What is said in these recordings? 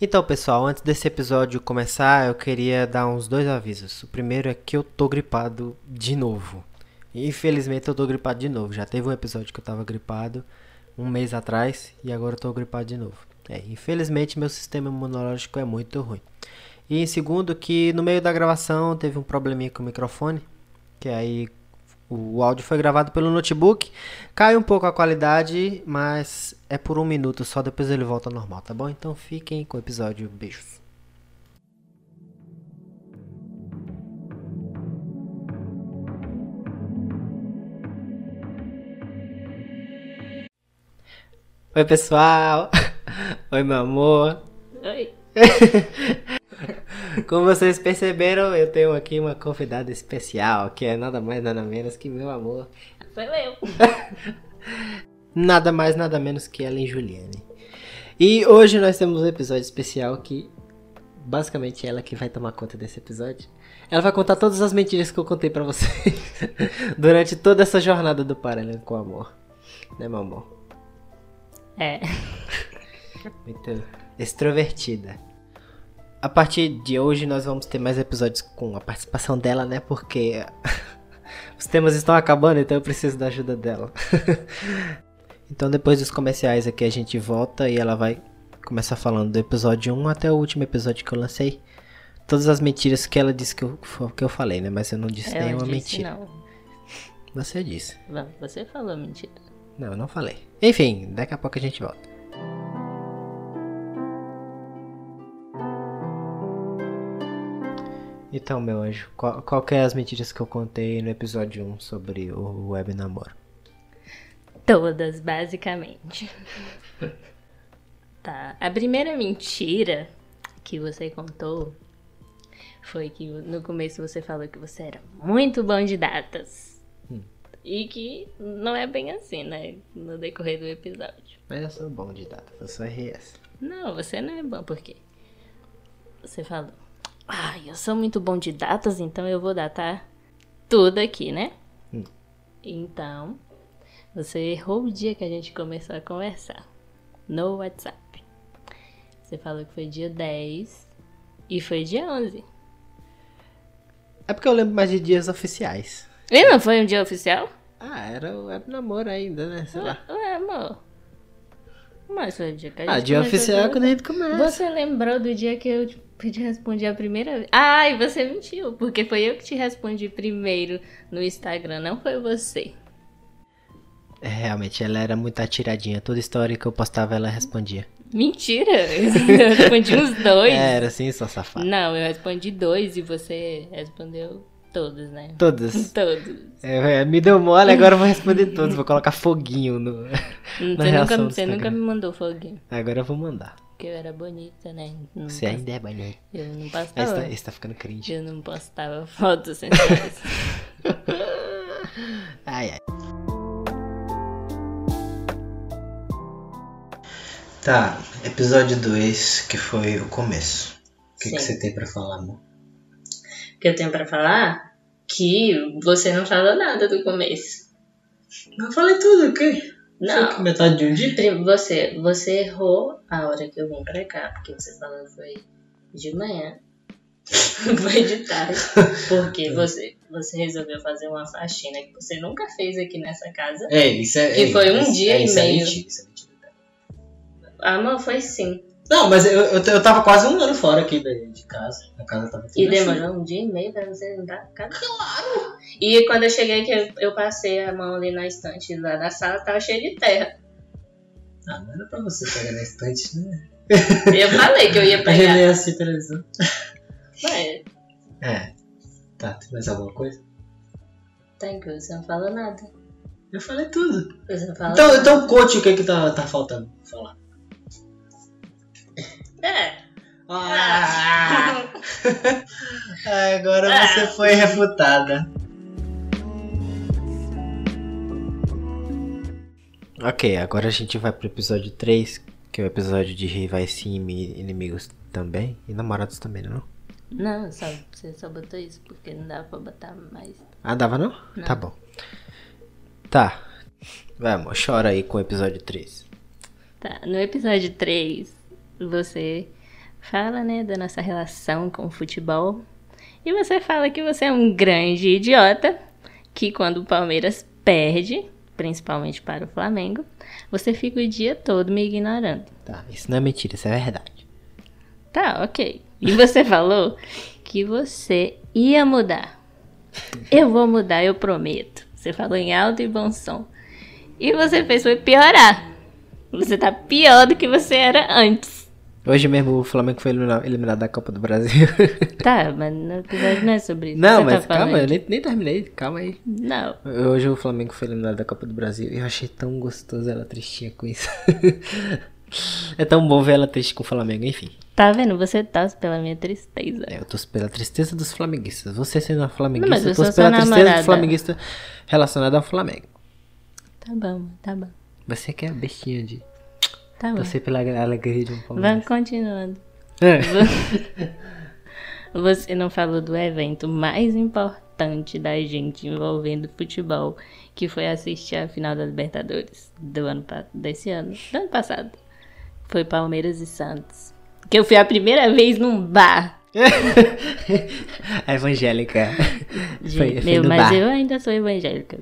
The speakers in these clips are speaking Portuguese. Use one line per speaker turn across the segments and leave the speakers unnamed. Então, pessoal, antes desse episódio começar, eu queria dar uns dois avisos. O primeiro é que eu tô gripado de novo. Infelizmente, eu tô gripado de novo. Já teve um episódio que eu tava gripado um mês atrás e agora eu tô gripado de novo. É, infelizmente, meu sistema imunológico é muito ruim. E em segundo, que no meio da gravação teve um probleminha com o microfone, que aí o áudio foi gravado pelo notebook, cai um pouco a qualidade, mas é por um minuto só, depois ele volta ao normal, tá bom? Então fiquem com o episódio, beijos. Oi pessoal, oi meu amor.
Oi.
Como vocês perceberam, eu tenho aqui uma convidada especial, que é nada mais nada menos que meu amor.
Sou eu.
Nada mais nada menos que Ellen Juliane. E hoje nós temos um episódio especial que basicamente é ela que vai tomar conta desse episódio. Ela vai contar todas as mentiras que eu contei pra vocês durante toda essa jornada do Paralelo com o Amor. Né, meu amor?
É.
Muito extrovertida. A partir de hoje nós vamos ter mais episódios com a participação dela, né? Porque os temas estão acabando, então eu preciso da ajuda dela. então depois dos comerciais aqui a gente volta e ela vai começar falando do episódio 1 até o último episódio que eu lancei. Todas as mentiras que ela disse que eu, que eu falei, né? Mas eu não disse
Ela
nenhuma
disse
mentira.
não.
Você disse.
Não, Você falou mentira.
Não, eu não falei. Enfim, daqui a pouco a gente volta. Então, meu anjo, qual, qual que é as mentiras que eu contei no episódio 1 sobre o web namoro?
Todas, basicamente. tá. A primeira mentira que você contou foi que no começo você falou que você era muito bom de datas. E que não é bem assim, né? No decorrer do episódio.
Mas eu sou bom de data, eu sou RS.
Não, você não é bom, por quê? Você falou. Ai, eu sou muito bom de datas, então eu vou datar tudo aqui, né?
Hum.
Então, você errou o dia que a gente começou a conversar no WhatsApp. Você falou que foi dia 10 e foi dia 11.
É porque eu lembro mais de dias oficiais.
E não foi um dia oficial?
Ah, era o web namoro ainda, né?
Ah,
Sei lá.
Ué, amor. Mas foi o dia que a gente
Ah, dia
começou a
oficial é
conversar.
quando a gente começa.
Você lembrou do dia que eu te te respondi a primeira vez? Ai, você mentiu, porque foi eu que te respondi primeiro no Instagram, não foi você.
É, Realmente, ela era muito atiradinha. Toda história que eu postava, ela respondia.
Mentira! Eu respondi uns dois.
Era assim, sua safada.
Não, eu respondi dois e você respondeu todos, né?
Todas.
Todos.
É, é, me deu mole, agora eu vou responder todos. Vou colocar foguinho no.
Você, nunca,
reação do
você nunca
Instagram.
me mandou foguinho,
Agora eu vou mandar.
porque eu era bonita, né? Não
Você ainda é banheiro.
pos- Eu não
Ah, isso,
postava.
tá, isso tá ficando cringe.
Eu não postava fotos sensuais.
Ai, ai. Tá, episódio 2, que foi o começo. O que, que
Sim.
você tem pra falar, amor?
O que eu tenho pra falar? Que você não falou nada do começo.
Eu falei tudo, ok?
Não. Só que
metade de um dia?
Pri- Você, você errou a hora que eu vim pra cá, porque você falou que foi de manhã. foi de tarde. Porque você, você resolveu fazer uma faxina que você nunca fez aqui nessa casa.
É, isso é.
E
é,
foi um
isso-
dia
é,
e
isso é
meio.
mentira, isso é mentira.
Amor, foi sim.
Não, mas eu, eu, eu tava quase um ano fora aqui da- de casa. A casa tava
E
toda cheia.
demorou um dia e meio pra você entrar casa. Claro! E quando eu cheguei que eu, eu passei a mão ali na estante lá da sala, tava cheio de terra.
Ah, não era pra você pegar na estante, né?
Eu falei que eu ia
Pra
pegar.
reler assim, televisão.
Mas,
É. Tá, tem mais alguma coisa?
tranquilo, tá, você não falou nada.
Eu falei tudo.
Você não falou
Então,
nada.
então conte o que que tá, tá faltando falar.
É.
Ah, agora você foi refutada. Ok, agora a gente vai pro episódio 3, que é o episódio de rivais sim e inimigos também. E namorados também, não?
Não, só, você só botou isso porque não dava pra botar mais.
Ah, dava não?
Não.
Tá bom. Tá. Vai, amor, chora aí com o episódio 3.
Tá, no episódio 3, você fala, né, da nossa relação com o futebol. E você fala que você é um grande idiota, que quando o Palmeiras perde, principalmente para o Flamengo, você fica o dia todo me ignorando.
Tá, isso não é mentira, isso é verdade.
Tá, ok. E você falou que você ia mudar. Eu vou mudar, eu prometo. Você falou em alto e bom som. E você fez foi piorar. Você tá pior do que você era antes.
Hoje mesmo o Flamengo foi elimina- eliminado da Copa do Brasil.
Tá, mas no episódio não é sobre isso.
Não,
Você
mas
tá
calma,
falando-
eu nem, nem terminei, calma aí.
Não.
Hoje o Flamengo foi eliminado da Copa do Brasil e eu achei tão gostoso ela tristinha com isso. é tão bom ver ela triste com o Flamengo, enfim.
Tá vendo? Você torce pela minha tristeza.
É, eu torço pela tristeza dos flamenguistas. Você sendo uma flamenguista,
Não, mas eu
eu torço
sou
pela
sua
tristeza
namorada.
do flamenguista relacionada ao Flamengo.
Tá bom, tá bom.
Você que é a bestinha de
Tá bom.
torcer pela alegria de um Palmeiras.
Vamos continuando.
É.
Você não falou do evento mais importante da gente envolvendo futebol, que foi assistir a final da Libertadores do ano pa- desse ano, do ano passado. Foi Palmeiras e Santos. Que eu fui a primeira vez num bar.
a É evangélica. Foi,
Gente,
foi
meu,
no
mas
bar.
eu ainda sou evangélica.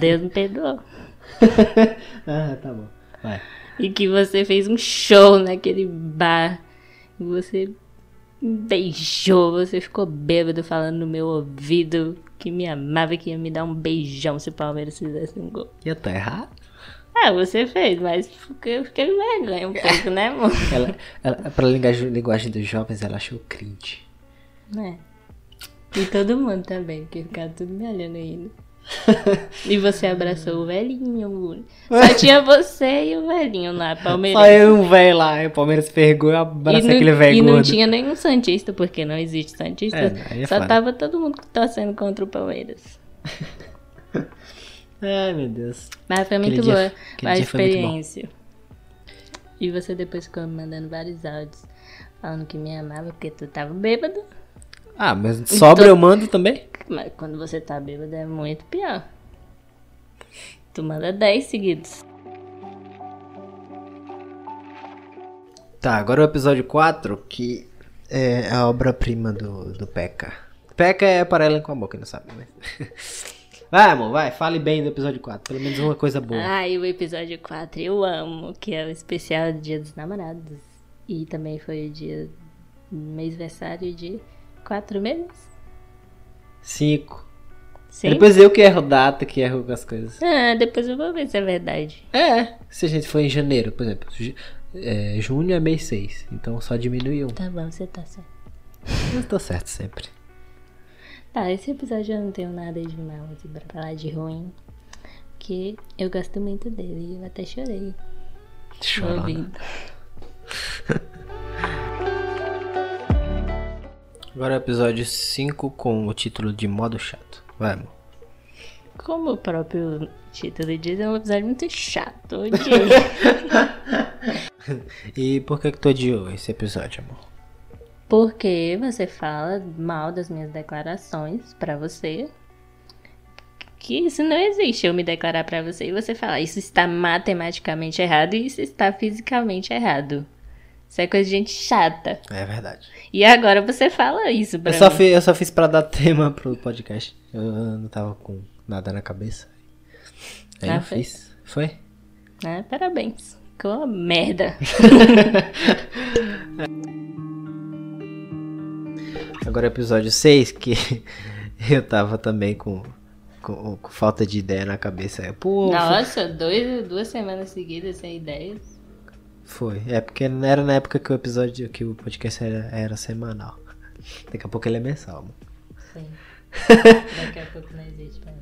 Deus me perdoou.
ah, tá bom. Vai.
E que você fez um show naquele bar. Você me beijou, você ficou bêbado falando no meu ouvido que me amava e que ia me dar um beijão se o Palmeiras fizesse um gol.
E eu tô errado?
Ah, você fez, mas fiquei- eu fiquei com vergonha um pouco, né, amor?
Ela, ela, pra linguagem, linguagem dos jovens, ela achou cringe.
Né? E todo mundo também, porque ficaram tudo me olhando ainda. E você abraçou o velhinho. Só tinha você e o velhinho lá, Palmeiras.
Só eu um velho lá, e o Palmeiras pegou e
E
abraçou
não,
aquele
e
velho
não
gordo.
tinha nenhum Santista, porque não existe Santista.
É, aí é
Só
foda.
tava todo mundo torcendo contra o Palmeiras.
Ai, meu Deus.
Mas foi muito
Aquele dia-
boa
aquele
a
dia foi muito bom.
experiência. E você depois ficou me mandando vários áudios falando que me amava porque tu tava bêbado.
Ah, mas
Então-
sobra eu mando também?
Mas quando você tá bêbado é muito pior. Tu manda 10 seguidos.
Tá, agora o episódio 4, que é a obra-prima do, do Peca. Peca é paralelo com a boca, não sabe, mas... Vai, amor, vai, fale bem do episódio 4, pelo menos uma coisa boa.
Ai, o episódio 4 eu amo, que é o especial do Dia dos Namorados. E também foi o dia mêsversário de 4 meses.
5.
Ah. Sim.
Depois eu que erro data, que erro com as coisas.
Ah, depois eu vou ver se é verdade.
É, se a gente for em janeiro, por exemplo, ju- é, junho é mês 6, então só diminuiu.
Tá bom, você tá certo.
Eu tô certo sempre.
Tá, esse episódio eu não tenho nada de mal assim, pra falar de ruim. Porque eu gosto muito dele e eu até chorei.
Chorando.
ouvindo.
Agora o episódio 5 com o título de modo chato. Vai, amor.
Como o próprio título diz, é um episódio muito chato. eu odiei.
E por que que tu odiou esse episódio, amor?
porque você fala mal das minhas declarações pra você. Que isso não existe, eu me declarar pra você e você falar isso está matematicamente errado e isso está fisicamente errado. Isso é coisa de gente chata.
É verdade.
E agora você fala isso pra
Eu só,
mim.
fiz, eu só fiz pra dar tema pro podcast. Eu não tava com nada na cabeça. Aí
Ah,
eu
foi?
fiz. Foi?
Ah, parabéns. Que uma merda.
Agora o episódio 6, que eu tava também com, com, com falta de ideia na cabeça. Eu, Pô,
Nossa, dois, duas semanas seguidas sem ideias.
foi. É porque não era na época que o episódio, que o podcast era, era semanal. Daqui a pouco ele é mensal, amor.
Sim. Daqui a pouco não existe mais.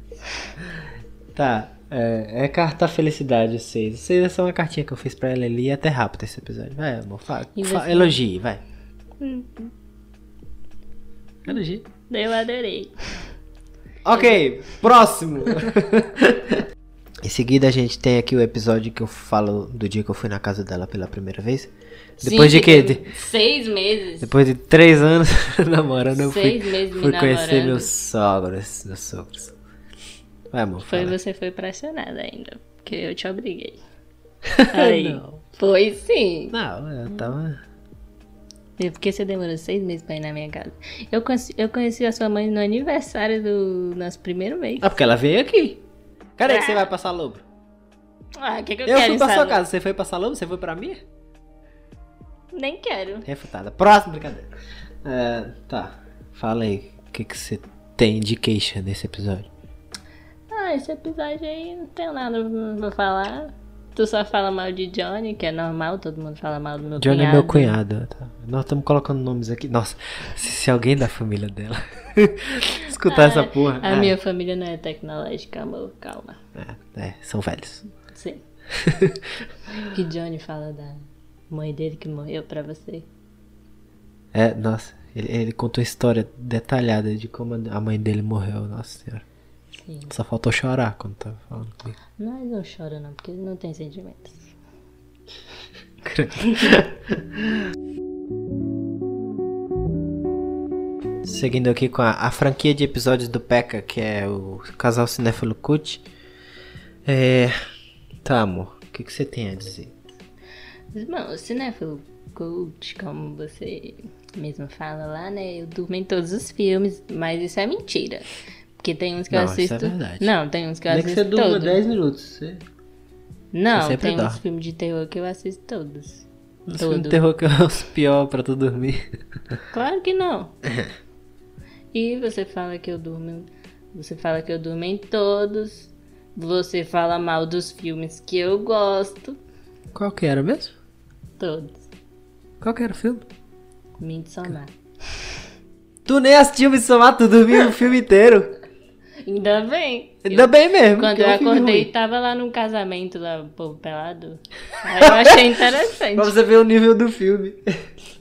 Tá, é, é carta felicidade 6. 6 é só uma cartinha que eu fiz pra ela ali e é até rápido esse episódio. Vai, amor, fala.
E
fa-
você? Uhum.
elogie, vai. Elogie.
Eu adorei.
Ok, próximo! em seguida a gente tem aqui o episódio que eu falo do dia que eu fui na casa dela pela primeira vez. Depois
Sim,
de quê? De-
tem Seis meses.
depois de três anos namorando, eu fui,
Seis meses me
fui conhecer
namorando.
meus sogros, meus sogros. Vai, amor,
Foi,
fala.
você foi pressionada ainda. Porque eu te obriguei. Aí. Foi sim. É,
Não, eu tava...
Porque você demorou seis meses pra ir na minha casa. Eu conheci, eu conheci a sua mãe no aniversário do nosso primeiro mês.
Ah, porque ela veio aqui. Cadê que você vai passar lobo?
Ah, o que, que eu,
Eu
quero
fui
em
pra sua
Salão?
casa, você foi pra Salão? Você foi pra mim?
Nem quero.
Refutada. Próximo, brincadeira. É, tá. Fala aí, o que, que você tem de queixa nesse episódio?
Ah, esse episódio aí não tem nada pra falar. Tu só fala mal de Johnny, que é normal, todo mundo fala mal do meu
Johnny é
cunhado.
meu cunhado. tá? Nós estamos colocando nomes aqui. Nossa, se, se alguém da família dela escutar essa porra.
A
ah,
minha família não é tecnológica, amor, calma.
é, são velhos.
Sim. que Johnny fala da mãe dele que morreu pra você.
É, nossa, ele, ele contou a história detalhada de como a mãe dele morreu, nossa senhora.
Sim.
Só faltou chorar quando tava falando comigo.
Nós não chora não, porque ele não tem sentimentos.
Seguindo aqui com a, a franquia de episódios do P.E.K.K.A., que é o casal cinéfilo Kut. É. Tá, amor. O que, que você tem a dizer?
Bom, o cinéfilo coach, como você mesmo fala lá, né? Eu durmo em todos os filmes, mas isso é mentira. Porque tem uns que eu
Não, isso
assisto.
é verdade.
Não, tem uns que eu
Nem que
assisto
você durma
todo.
10 minutos. Você...
Não,
sempre
tem
dá.
uns filmes de terror que eu assisto todos.
Os filmes de
Todo.
terror que é os pior pra tu dormir.
Claro que não. e você fala que eu durmo. Você fala que eu durmo em todos. Você fala mal dos filmes que eu gosto.
Qual que era mesmo?
Todos.
Qual que era o filme?
Midsommar.
Tu nem assistiu me somar, tu dormiu o filme inteiro.
Ainda bem.
Ainda bem mesmo.
Quando
que
eu
é um filme
acordei,
ruim.
tava lá num casamento lá, o povo pelado. Aí eu achei
Pra
interessante.
você ver o nível do filme.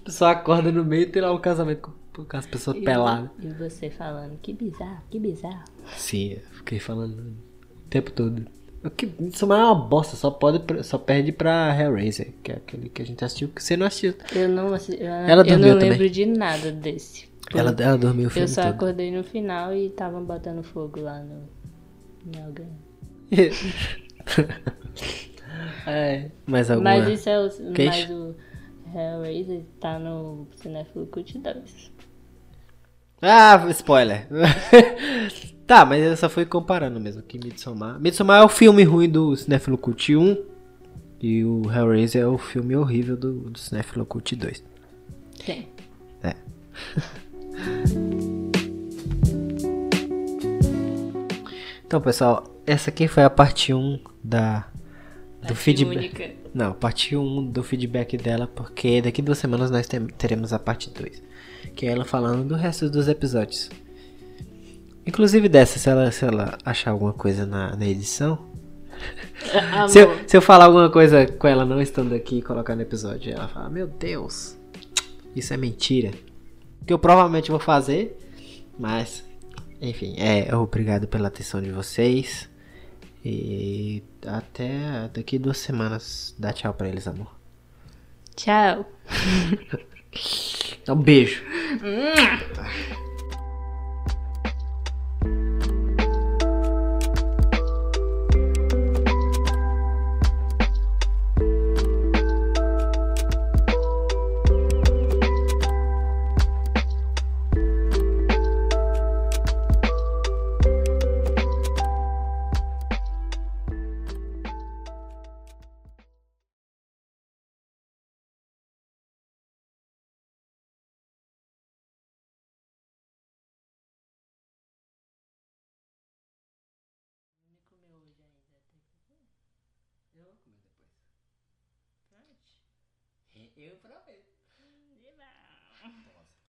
A pessoa acorda no meio e tem lá um casamento com, com as pessoas peladas.
E você falando, que bizarro, que bizarro.
Sim, eu fiquei falando o tempo todo. O que somar é uma bosta, só, pode, pra- só perde pra Hellraiser, que é aquele que a gente assistiu, que você não assistiu.
Eu não, assi- eu,
Ela
eu
dormiu
não
também.
lembro de nada desse.
Ela, ela dormiu o
Eu
filme
só
todo.
acordei no final e estavam botando fogo lá no. em alguém.
é, mais alguma?
Mas isso é o.
queixa?
Mas o Hellraiser tá no Cinefilo Cult 2.
Ah, spoiler. tá, mas eu só fui comparando mesmo que Midsommar. Midsommar é o filme ruim do Cinefilo Cult 1 e o Hellraiser é o filme horrível do, do Cinefilo Cult 2.
Sim.
É. Então, pessoal, essa aqui foi a parte 1 da do feedback.
Única.
Não, parte 1 do feedback dela, porque daqui duas semanas nós tem- teremos a parte 2. Que é ela falando do resto dos episódios. Inclusive dessa, se ela, se ela achar alguma coisa na, na edição.
Amor.
Se eu, se eu falar alguma coisa com ela não estando aqui e colocar no episódio, ela fala: Meu Deus, isso é mentira. Que eu provavelmente vou fazer, mas. Enfim, é obrigado pela atenção de vocês. E até daqui duas semanas. Dá tchau pra eles, amor.
Tchau.
Um beijo.